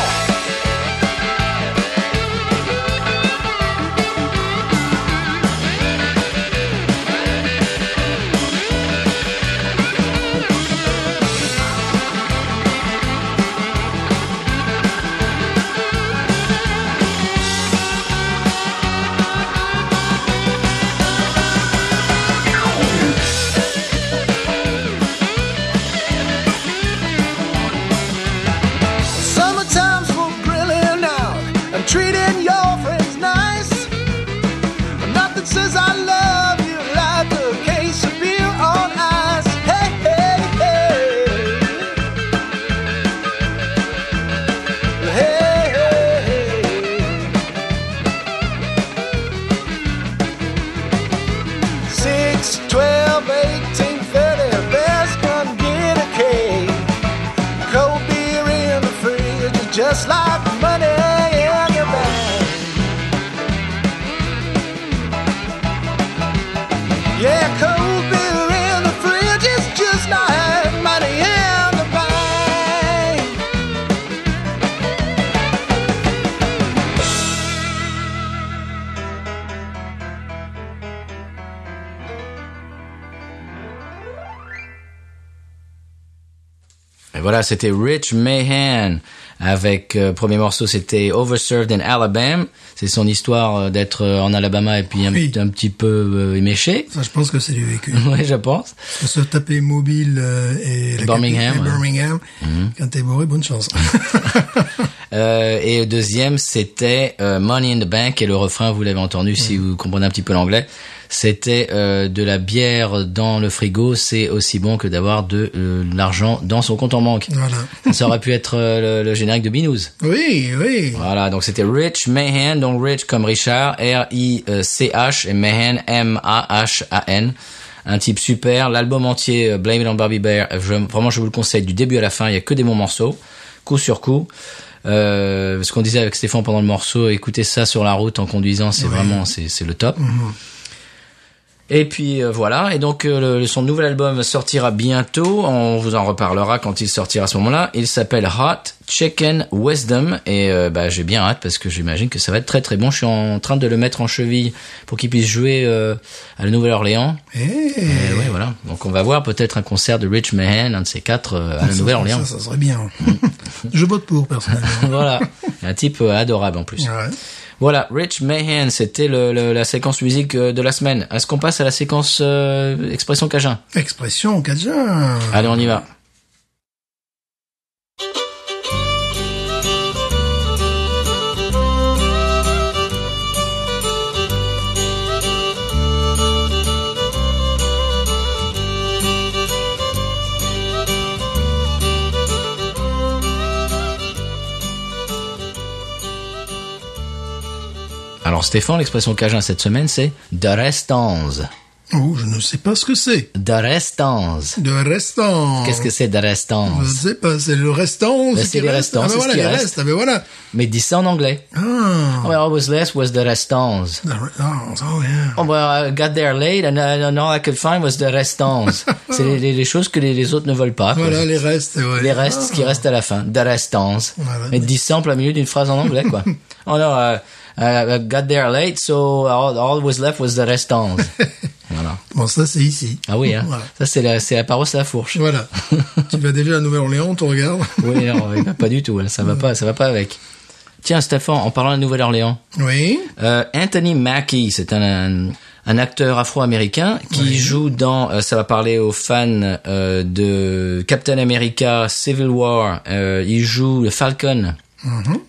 S4: Summertime's for grilling out and treating your friends nice. Nothing says I love you like a case of beer on ice. Hey, hey, hey. Hey, hey, hey. Six, twelve, eighteen, thirty. Best one get a cake cold beer in the fridge, is just like money in your bag. Yeah, cold beer in the fridge is just like money in the bank.
S1: Et voilà, c'était Rich Mahan avec euh, premier morceau, c'était Overserved in Alabama. C'est son histoire euh, d'être euh, en Alabama et puis un,
S2: Oui.
S1: un petit peu euh, éméché.
S2: Ça, je pense que c'est du vécu.
S1: ouais, je pense.
S2: Parce que se taper mobile euh, et la
S1: Birmingham,
S2: capitale-
S1: ouais. Mm-hmm.
S2: Birmingham quand t'es bourré, bonne chance.
S1: Euh, et deuxième, c'était euh, Money in the Bank et le refrain, vous l'avez entendu si vous comprenez un petit peu l'anglais. C'était euh, de la bière dans le frigo, c'est aussi bon que d'avoir de euh, l'argent dans son compte en banque.
S2: voilà.
S1: Ça aurait pu être euh, le, le générique de Binous.
S2: Oui, oui.
S1: Voilà, donc c'était Rich Mahan, donc Rich comme Richard, R-I-C-H, et Mahan, M-A-H-A-N. Un type super, l'album entier, euh, Blame It on Barbie Bear, je- vraiment je vous le conseille du début à la fin, il y a que des bons morceaux, coup sur coup. Euh, ce qu'on disait avec Stéphane pendant le morceau, écoutez ça sur la route en conduisant, c'est vraiment, c'est c'est le top. Et puis euh, voilà, et donc euh, le- le- son nouvel album sortira bientôt, on vous en reparlera quand il sortira à ce moment-là. Il s'appelle Hot Chicken Wisdom, et euh, bah, j'ai bien hâte parce que j'imagine que ça va être très très bon. Je suis en train de le mettre en cheville pour qu'il puisse jouer euh, à la Nouvelle-Orléans.
S2: Eh,
S1: Et ouais, voilà. Donc on va voir peut-être un concert de Rich Mahan, un de ces quatre, euh, à la
S2: ça,
S1: Nouvelle-Orléans. Mm-hmm.
S2: Ça, ça serait bien. je vote pour, personnellement.
S1: voilà, un type euh, adorable en plus.
S2: Ouais.
S1: Voilà, Rich Mahan, c'était le- le- la séquence musique euh, de la semaine. Est-ce qu'on passe à la séquence euh, expression cajun
S2: Expression Cajun.
S1: Allez, on y va. Alors Stéphane, l'expression cajun cette semaine, c'est de restance.
S2: Oh, je ne sais pas ce que c'est.
S1: De restance.
S2: De restant.
S1: Qu'est-ce que c'est de restance
S2: Je ne sais pas, c'est le restant.
S1: Ben, c'est les restants,
S2: Ah, ben
S1: c'est ce
S2: voilà,
S1: qui
S2: les
S1: reste.
S2: restes, ah, ben voilà.
S1: Mais dis ça en anglais.
S2: Ah,
S1: Well, I was left was the restants.
S2: the restants, oh yeah.
S1: Oh, well, I got there late and, I- and all I could find was the restants. C'est les, les- les choses que les, les autres ne veulent pas. quoi.
S2: Voilà, les restes, ouais.
S1: Les restes, ce qui reste à la fin. The restants.
S2: Voilà.
S1: Mais dis ça en plein milieu d'une phrase en anglais, quoi. oh no, uh, I I got there late, so all, all was left was the restants. voilà.
S2: Bon, ça, c'est ici.
S1: Ah oui, hein.
S2: Voilà.
S1: Ça, c'est la, c'est la paroisse La Fourche.
S2: Voilà. tu vas déjà à Nouvelle-Orléans, on te regarde.
S1: oui, non, mais pas du tout, hein. ça va pas, ça va pas avec. Tiens, Stéphane, en parlant de la Nouvelle-Orléans.
S2: Oui.
S1: Euh, Anthony Mackie, c'est un, un, un acteur afro-américain qui joue dans, euh, ça va parler aux fans euh, de Captain America, Civil War, euh, il joue le Falcon.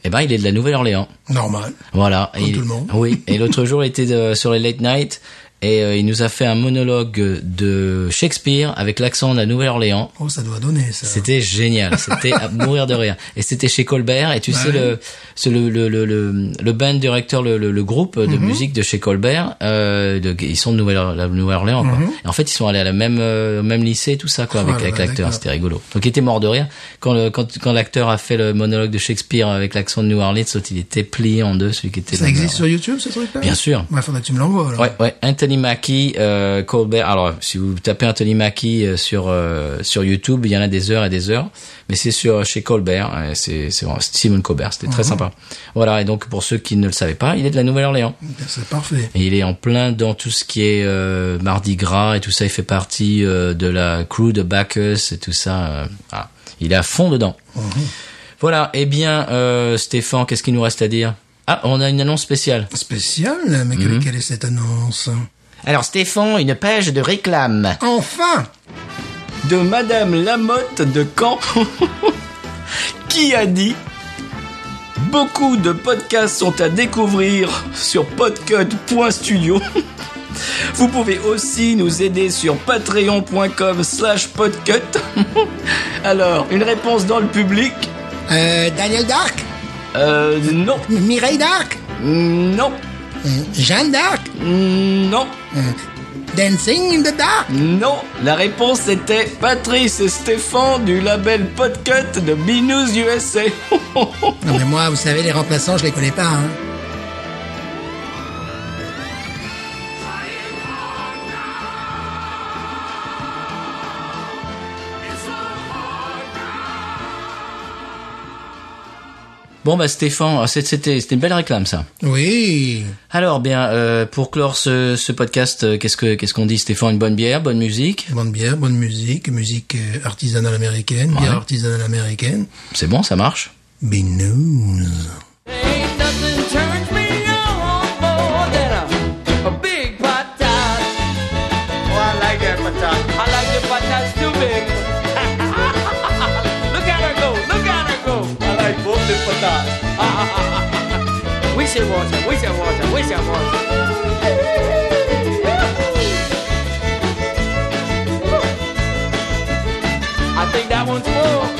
S1: Eh ben, il est de la Nouvelle-Orléans.
S2: Normal.
S1: Voilà. Et
S2: Mhm. tout
S1: il-
S2: le monde.
S1: Oui. Et l'autre jour, il était de- sur euh, les late night Et euh, il nous a fait un monologue de Shakespeare avec l'accent de la Nouvelle-Orléans.
S2: Oh, ça doit donner, ça.
S1: C'était génial, c'était à mourir de rire. Et c'était chez Colbert, et tu sais, le, c'est le, le, le, le, le band directeur, le, le, le groupe de
S2: Mhm.
S1: musique de chez Colbert, euh, de, ils sont de Nouvelle- la Nouvelle-Orléans. quoi.
S2: Mhm.
S1: Et En fait, ils sont allés à la même, euh, au même lycée, tout ça, quoi, avec,
S2: Voilà,
S1: avec l'acteur,
S2: Oh d'accord.
S1: c'était rigolo. Donc il était mort de rire. Quand, le, quand, quand l'acteur a fait le monologue de Shakespeare avec l'accent de New Orleans, l'autre, il était plié en deux, celui qui était
S2: Ça
S1: le
S2: existe
S1: meilleur.
S2: sur YouTube, ce truc-là
S1: Bien sûr.
S2: Bah, faudrait que tu me l'envoies, alors.
S1: Ouais, ouais. Anthony Mackie, euh, Colbert. Alors, si vous tapez Anthony Mackie euh, sur euh, sur YouTube, il y en a des heures et des heures. Mais c'est sur chez Colbert. hein, C'est c'est vraiment Stephen Colbert. C'était très sympa. Voilà. Et donc pour ceux qui ne le savaient pas, il est de la Nouvelle-Orléans.
S2: Ben, C'est parfait.
S1: Et il est en plein dans tout ce qui est euh, Mardi Gras et tout ça. Il fait partie euh, de la crew de Bacchus et tout ça. euh, voilà. Il est à fond dedans. Voilà. Eh bien, euh, Stéphane, qu'est-ce qu'il nous reste à dire Ah, on a une annonce spéciale.
S2: Spécial, mais
S1: Mhm.
S2: que- quelle est cette annonce
S1: Alors Stéphane, une page de réclame.
S2: Enfin
S1: de Madame Lamotte de Caen qui a dit Beaucoup de podcasts sont à découvrir sur podcut.studio. Vous pouvez aussi nous aider sur patreon.com slash podcut. Alors, une réponse dans le public
S5: Euh, Daniel Dark
S1: Euh, non,
S5: Mireille Dark
S1: non,
S5: euh, Jeanne Dark
S1: non,
S5: Dancing in the Dark
S1: non. La réponse était Patrice et Stéphane du label Podcut de Binous USA.
S5: Non mais moi, vous savez, les remplaçants, je les connais pas, hein.
S1: Bon bah Stéphane, c'est- c'était c'était une belle réclame ça.
S2: Oui
S1: Alors bien euh, pour clore ce, ce podcast, euh, qu'est-ce que qu'est-ce qu'on dit Stéphane Une bonne bière, bonne musique,
S2: Bonne bière, bonne musique, musique euh, artisanale américaine, bière artisanale américaine.
S1: c'est bon, ça marche.
S2: Big news
S6: Ain't nothing turns me on more than a, a big patat. Oh, I like that patat. I like the patats too big. look at her go, look at her go. I like both the patat. we should watch her, we should watch her, we should watch her. I think that one's full.